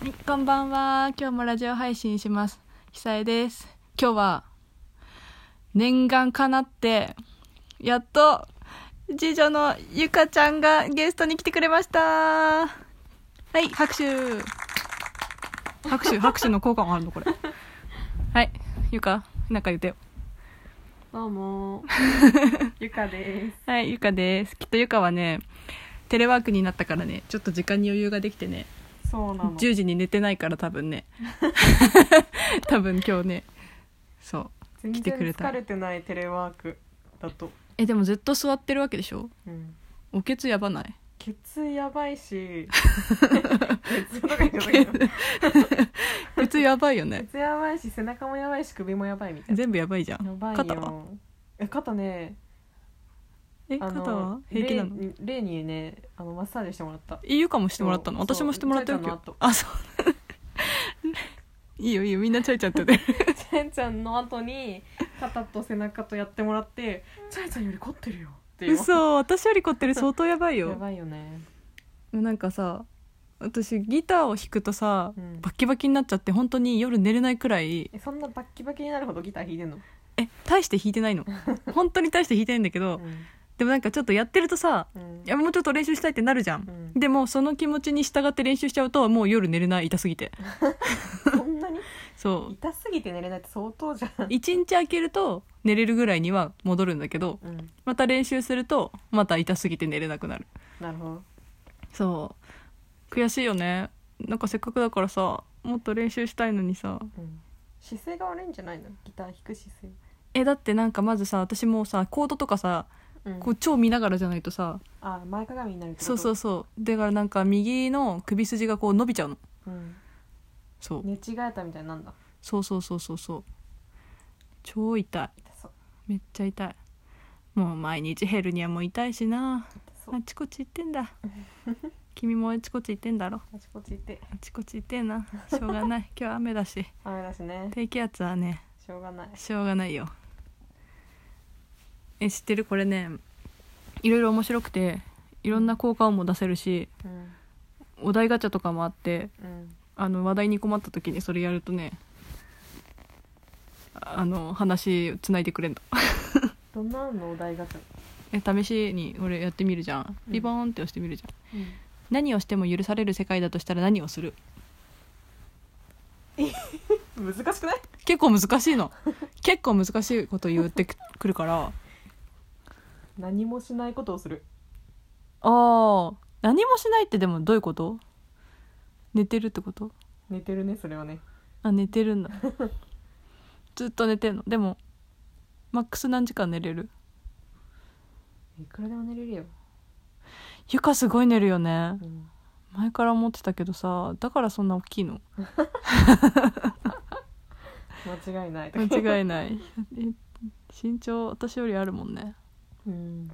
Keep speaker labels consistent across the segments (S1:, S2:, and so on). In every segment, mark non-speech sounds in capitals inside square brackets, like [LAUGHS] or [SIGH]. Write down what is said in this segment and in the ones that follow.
S1: はい、こんばんは。今日もラジオ配信します。久江です。今日は、念願かなって、やっと、次女のゆかちゃんがゲストに来てくれました。はい、拍手。拍手、拍手の効果があるのこれ。はい、ゆか、なんか言ってよ。
S2: どう [LAUGHS] もゆかです
S1: はい、ゆかです。きっとゆかはね、テレワークになったからね、ちょっと時間に余裕ができてね、
S2: そうなの
S1: 10時に寝てないから多分 [LAUGHS] ね多分今日ねそう
S2: 全
S1: 来て
S2: 然
S1: くれた
S2: 疲れてないテレワークだと、
S1: えでもずっと座ってるわけでしょ
S2: うん、
S1: おけつやばない
S2: ケツやばい [LAUGHS] しケツとか言うの
S1: ケツやばいよ [LAUGHS]
S2: ケ
S1: ね
S2: ツやばいし背中もやばいし首もやばいみたいな
S1: 全部やばいじゃ
S2: や
S1: ん
S2: ばいよ
S1: 肩は
S2: え肩ね
S1: え肩は平気なの
S2: 例にねあのマッサージしてもらった
S1: えゆかもしてもらったの
S2: そう
S1: 私もしてもらったよ今日
S2: そう
S1: あそう [LAUGHS] いいよいいよみんなちゃいちゃんって [LAUGHS] ね
S2: [LAUGHS] ちゃんちゃんの後に肩と背中とやってもらってちゃんちゃんより凝ってるよっ
S1: [LAUGHS]
S2: ていう
S1: 嘘私より凝ってる相当やばい
S2: や
S1: よ
S2: ばいよね
S1: なんかさ私ギターを弾くとさ、
S2: うん
S1: バッキバキになっちゃって本当に夜寝れないくらい
S2: えそんなバッキバキになるほどギター弾いてんの、
S1: え大して弾いてないの本当に大して弾いてないんだけど、
S2: うん
S1: でもなんかちょっとやってるとさ
S2: うん
S1: いやもうちょっと練習したいってなるじゃん、
S2: うん
S1: でもその気持ちに従って練習しちゃうともう夜寝れない痛すぎて
S2: そんなに
S1: そう
S2: 痛すぎて寝れないって相当じゃん、
S1: 一日空けると寝れるぐらいには戻るんだけど
S2: うん、
S1: また練習するとまた痛すぎて寝れなくなる
S2: なるほど
S1: そう悔しいよねなんかせっかくだからさもっと練習したいのにさ
S2: うん姿勢が悪いんじゃないのギター弾く姿勢、
S1: えだってなんかまずさ私もうさコードとかさ
S2: うん
S1: こう超見ながらじゃないとさ
S2: あ前かがみになるってこと
S1: そうそうそうだからなんか右の首筋がこう伸びちゃうの
S2: うん、
S1: そう
S2: 寝違えたみたいになんだ
S1: そうそうそうそうそう超痛い
S2: 痛そう
S1: めっちゃ痛いもう毎日ヘルニアも痛いしな
S2: 痛そう
S1: あちこち行ってんだ君もあちこち行ってんだろ
S2: あちこち行って
S1: あちこち行ってんなしょうが
S2: [LAUGHS]
S1: ない今日雨だし
S2: 雨だしね
S1: 低気圧はね
S2: しょうがない
S1: しょうがないよえ知ってるこれねいろいろ面白くていろんな効果音も出せるし
S2: うん
S1: お題ガチャとかもあって
S2: うん
S1: あの話題に困った時にそれやるとねあの話つないでくれんの
S2: どんなのお題ガチャ、
S1: え試しに俺やってみるじゃん
S2: うん
S1: リボーンって押してみるじゃん、何をしても許される世界だとしたら何をする
S2: 難しくない
S1: 結構難しい [LAUGHS] の結構難しいこと言ってくくるから
S2: 何もしないことをする
S1: あー何もしないってでもどういうこと寝てるってこと
S2: 寝てるねそれはね
S1: あ寝てる [LAUGHS] んだずっと寝てんのでもマックス何時間寝れる
S2: いくらでも寝れるよ、
S1: ゆかすごい寝るよね
S2: うん、
S1: 前から思ってたけどさだからそんな大きいの
S2: 間違いない
S1: 間違いない [LAUGHS] え身長私よりあるもんね
S2: うん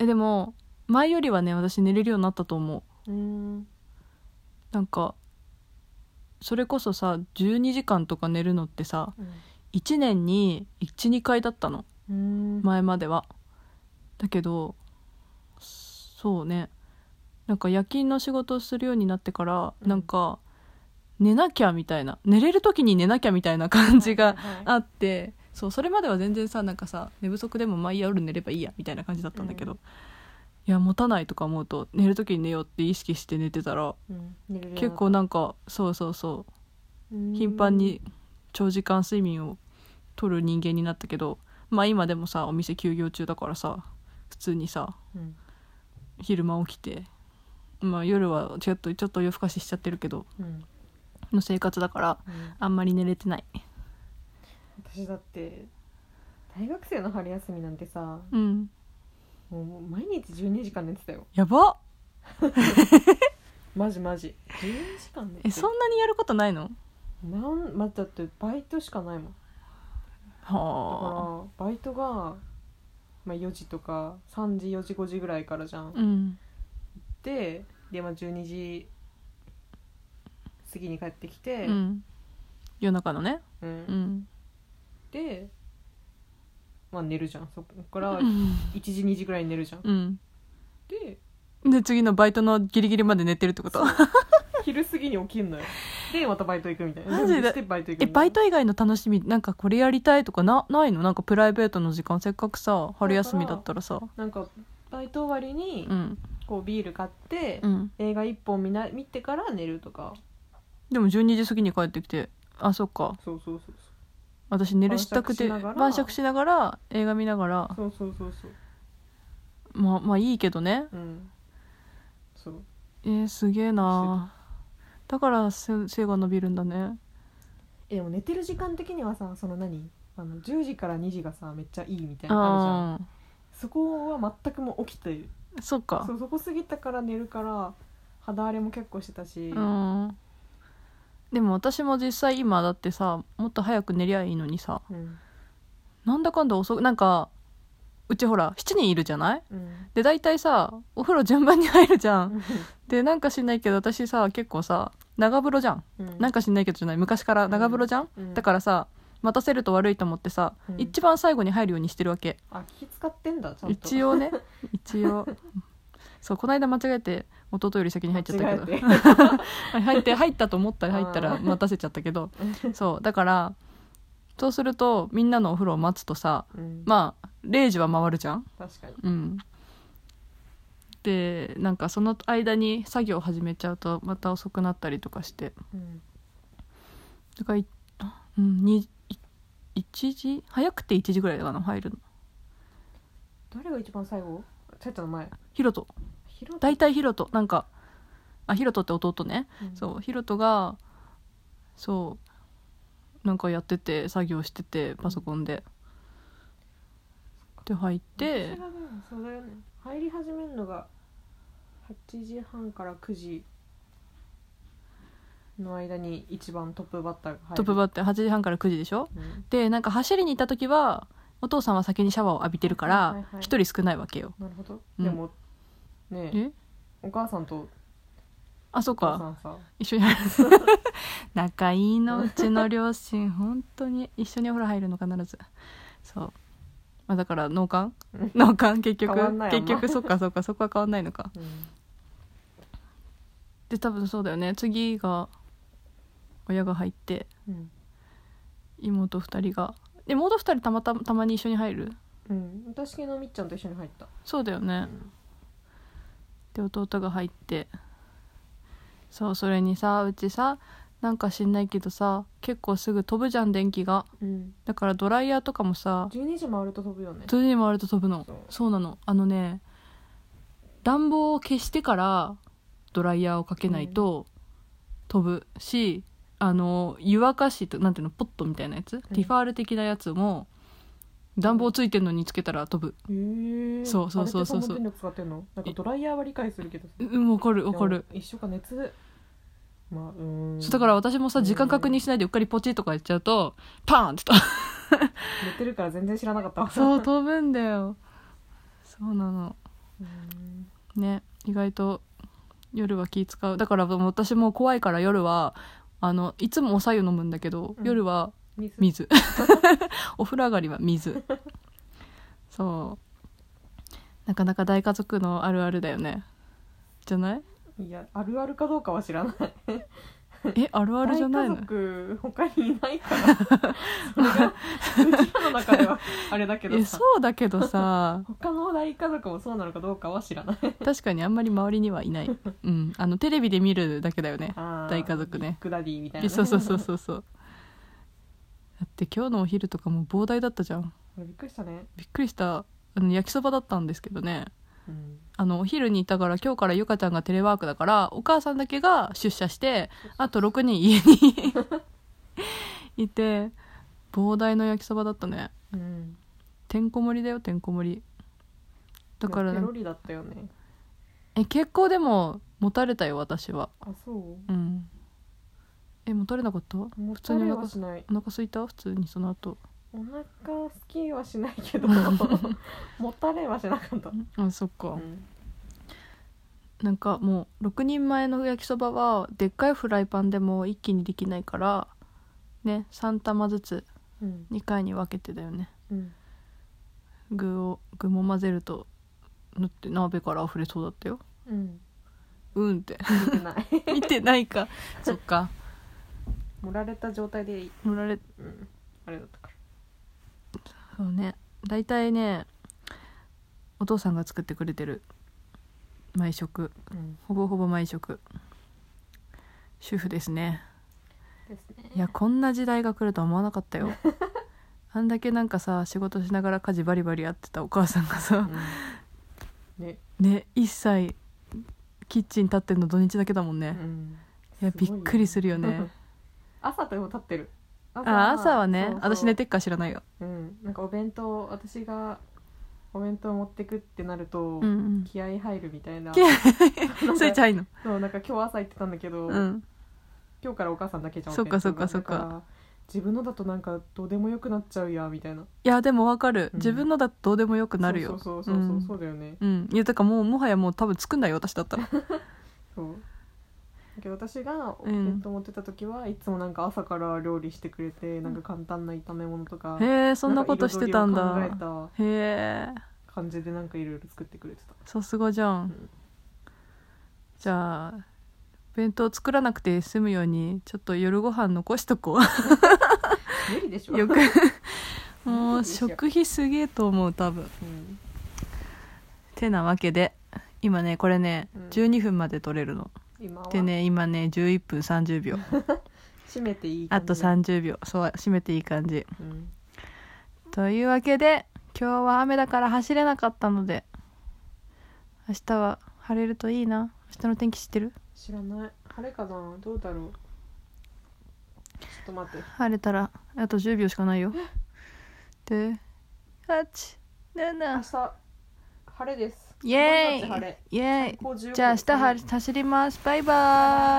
S1: えでも前よりはね私寝れるようになったと思う
S2: うん
S1: なんかそれこそさ12時間とか寝るのってさ1年に12回だったの
S2: うん
S1: 前まではだけどそうねなんか夜勤の仕事をするようになってから、
S2: うん
S1: なんか寝なきゃみたいな寝れる時に寝なきゃみたいな感じが
S2: はいはいはい
S1: [LAUGHS] あってそうそれまでは全然さなんかさ寝不足でも毎夜寝ればいいやみたいな感じだったんだけど、
S2: う
S1: いや持たないとか思うと寝る時に寝ようって意識して寝てたら
S2: うん寝れるようになった
S1: 結構なんかそうそうそう
S2: うん
S1: 頻繁に長時間睡眠をとる人間になったけどまあ今でもさお店休業中だからさ普通にさ
S2: うん
S1: 昼間起きて、まあ、夜はちょっとちょっと夜更かししちゃってるけど
S2: うん
S1: の生活だから
S2: うん
S1: あんまり寝れてない
S2: 私だって大学生の春休みなんてさ
S1: うん
S2: もうもう毎日12時間寝てたよ
S1: やばっ
S2: マジマジ12時間寝てた
S1: えそんなにやることないの
S2: なん、ま、だってバイトしかないもんだ
S1: は
S2: からバイトが、まあ、4時とか3時4時5時ぐらいからじゃん、
S1: あうん
S2: でで、まあ、12時過ぎに帰ってきて、
S1: うん夜中のね
S2: うん
S1: うん
S2: でまあ寝るじゃんそこから
S1: う
S2: 1
S1: ん
S2: 時2時ぐらいに寝るじゃん
S1: うん
S2: で
S1: で次のバイトのギリギリまで寝てるってこと
S2: そう昼過ぎに起きんのよでまたバイト行くみたいな
S1: マジで
S2: してバイト行
S1: [LAUGHS]
S2: く
S1: え
S2: みたいな
S1: バイト以外の楽しみなんかこれやりたいとかなないのなんかプライベートの時間せっかくさ春休みだったらさ
S2: なんかバイト終わりに
S1: うん
S2: こうビール買って、
S1: うん
S2: 映画一本見な見てから寝るとか
S1: でも12時過ぎに帰ってきてあそっか
S2: そうそうそう
S1: 私寝るしたくて
S2: 晩酌しながら
S1: 晩酌しながら映画見ながら
S2: そうそうそうそう
S1: まあまあいいけどね
S2: うんそう
S1: えー、すげえなだからせ背が伸びるんだね
S2: えでも寝てる時間的にはさその何あの10時から2時がさめっちゃいいみたいなのあるじゃん
S1: あ
S2: そこは全くもう起きてる
S1: あそっか
S2: そうそこ過ぎたから寝るから肌荒れも結構してたし、
S1: うんでも私も実際今だってさもっと早く寝りゃいいのにさ
S2: うん
S1: なんだかんだ遅くなんかうちほら7人いるじゃない
S2: うん
S1: で大体さお風呂順番に入るじゃんでなんか知んないけど私さ結構さ長風呂じゃん
S2: うん
S1: なんか知んないけどじゃない昔から長風呂じゃん、
S2: うん
S1: だからさ待たせると悪いと思ってさ、
S2: うん
S1: 一番最後に入るようにしてるわけ
S2: あ気使ってんだちゃんと
S1: 一応ね一応そうこの間間違えて弟より先に入っちゃったけど
S2: 間違
S1: [LAUGHS] 入
S2: えて
S1: って入ったと思ったら入ったら
S2: うん
S1: 待たせちゃったけどそうだからそうするとみんなのお風呂を待つとさ
S2: うん
S1: まあ0時は回るじゃん
S2: 確かに
S1: うんでなんかその間に作業を始めちゃうとまた遅くなったりとかして
S2: うん
S1: だからいうんにい1時早くて1時ぐらいかな入るの
S2: 誰が一番最後ちゃちゃんの前
S1: ヒロト
S2: ひろ
S1: 大体ヒロトなんかあヒロトって弟ね
S2: うん
S1: そうヒロトがそうなんかやってて作業しててパソコンで。で入って
S2: 私がでもそうだよね入り始めるのが8時半から9時の間に一番トップバッターが入る
S1: トップバッター8時半から9時でしょ
S2: うん
S1: でなんか走りに行った時はお父さんは先にシャワーを浴びてるか
S2: はいはい
S1: ら
S2: はい
S1: 一人少ないわけよ。
S2: なるほど、
S1: うん
S2: でもねえ
S1: え
S2: お母さんと
S1: あそう
S2: お父さ
S1: か
S2: んさ
S1: 一緒に [LAUGHS] 仲いいのうちの両親本当に一緒にお風呂入るの必ずそう、まあ、だから脳幹
S2: うん
S1: 脳幹結
S2: 変わんない
S1: 局
S2: よな
S1: 結局そっかそっかそこは変わんないのか
S2: うん
S1: で多分そうだよね次が親が入って
S2: うん、
S1: 妹2人がで妹2人たまたたまに一緒に入る
S2: うん、私系のみっちゃんと一緒に入った
S1: そうだよね、で弟が入ってそうそれにさうちさなんか知んないけどさ結構すぐ飛ぶじゃん電気が
S2: うん
S1: だからドライヤーとかもさ
S2: 12時回ると飛ぶよね
S1: どれに回ると飛ぶの
S2: そう
S1: そうなのあのね暖房を消してからドライヤーをかけないと飛ぶし、あの湯沸かしとなんていうのポットみたいなやつ、ティファール的なやつも暖房ついてるのにつけたら飛ぶ
S2: へえ
S1: そうそうそうそうそう
S2: あれってそんな電力使ってんのなんかドライヤーは理解するけどさ
S1: うんわかるわかる
S2: でも一緒か熱まあうーん
S1: そうだから私もさ時間確認しないでうっかりポチッとかやっちゃうとパーンって飛ぶ
S2: 寝てるから全然知らなかった
S1: そう [LAUGHS] 飛ぶんだよそうなの
S2: うーん
S1: ね意外と夜は気使うだからもう私も怖いから夜はあのいつもお白湯飲むんだけど、
S2: うん
S1: 夜は
S2: 水
S1: 水 [LAUGHS] お風呂上がりは水そうなかなか大家族のあるあるだよねじゃない
S2: いやあるあるかどうかは知らない
S1: えあるあるじゃないの
S2: 大家族他にいないからそれがうちらの中
S1: [LAUGHS]
S2: ではあれだけど
S1: え
S2: さ
S1: そうだけどさ
S2: 他の大家族もそうなのかどうかは知らない
S1: 確かにあんまり周りにはいない、うん、あのテレビで見るだけだよね大
S2: 大
S1: 家族ね
S2: ビッグダディみたいな、ね、
S1: そうそうそうそうそうだって今日のお昼とかもう膨大だったじゃん
S2: びっくりしたね、
S1: びっくりしたあの焼きそばだったんですけどね
S2: うん、
S1: あのお昼にいたから今日からゆかちゃんがテレワークだからお母さんだけが出社してあと6人家に [LAUGHS] いて膨大な焼きそばだったね
S2: うん
S1: てんこ盛りだよてんこ盛りだから
S2: ペロリだったよね
S1: え結構でも持たれたよ私は
S2: あそう
S1: うんえ持たれなかった
S2: も
S1: 普
S2: った
S1: 通に
S2: り
S1: お腹
S2: は
S1: す
S2: しない
S1: お腹空いた普通にその後
S2: お腹好きはしない
S1: [LAUGHS]
S2: けどもたれはしなかった、
S1: あそっか、
S2: うん
S1: なんかもう6人前の焼きそばはでっかいフライパンでも一気にできないからね3玉ずつ
S2: うん
S1: 2回に分けてだよね
S2: うん、
S1: 具を具も混ぜるとだって鍋から溢れそうだったよ
S2: うん、
S1: うんって [LAUGHS]
S2: 見てない
S1: 見てないかそっか
S2: 盛られた状態で、
S1: 乗られ
S2: うん、あれだったから
S1: そうね大体ねお父さんが作ってくれてる毎食
S2: うん
S1: ほぼほぼ毎食主婦ですね
S2: ですね
S1: いやこんな時代が来るとは思わなかった
S2: [LAUGHS]
S1: よあんだけなんかさ仕事しながら家事バリバリやってたお母さんがさ
S2: うんね、
S1: ね一切キッチン立ってんの土日だけだもん
S2: う
S1: ね、
S2: ん、
S1: いやびっくりするよね
S2: 朝とも立ってる
S1: あ朝はね
S2: そうそう
S1: 私寝てっか知らないよ、
S2: うんなんかお弁当私がお弁当持ってくってなると、
S1: うんうん、
S2: 気合入るみたいな
S1: 気
S2: なんか
S1: [LAUGHS] それちゃいの
S2: そうなんか今日朝行ってたんだけど、
S1: うん
S2: 今日からお母さんだけじゃん
S1: そっか
S2: お弁当が
S1: そっかそっか
S2: だら自分のだとなんかどうでもよくなっちゃうやみたいない
S1: やでもわかる
S2: うん
S1: 自分のだとどうでもよくなるよ
S2: そうそうそうそううんそうだよね、
S1: うんいやだからもうもはやもう多分作んないよ私だったら
S2: そうだけど私がお
S1: うん
S2: 弁当持ってた時は、いつもなんか朝から料理してくれてなんか簡単な炒め物とか、
S1: へえそんなことしてたん
S2: なか彩
S1: だ
S2: りを考え
S1: へえ
S2: た感じでなんかいろいろ作ってくれてた
S1: さすがじゃんじゃあ弁当作らなくて済むようにちょっと夜ご飯残しとこ
S2: [LAUGHS] 無理でしょ
S1: うよくもう食費すげえと思う多分
S2: うん
S1: てなわけで今ねこれね
S2: うん
S1: 12分まで取れるの
S2: 今は
S1: でね今ね11分30秒
S2: 閉めていい感
S1: あ
S2: じ
S1: と30秒そう締めていい感じ
S2: うん
S1: というわけで今日は雨だから走れなかったので明日は晴れるといいな明日の天気知ってる
S2: 知らない晴れかなどうだろうちょっと待って
S1: 晴れたらあと10秒しかないよで
S2: 明
S1: 877
S2: 日晴れです
S1: イエ
S2: ぼちぼち晴
S1: ー
S2: れ
S1: イイエーイ
S2: 最高15
S1: じゃあ明日は走りますバイバーイ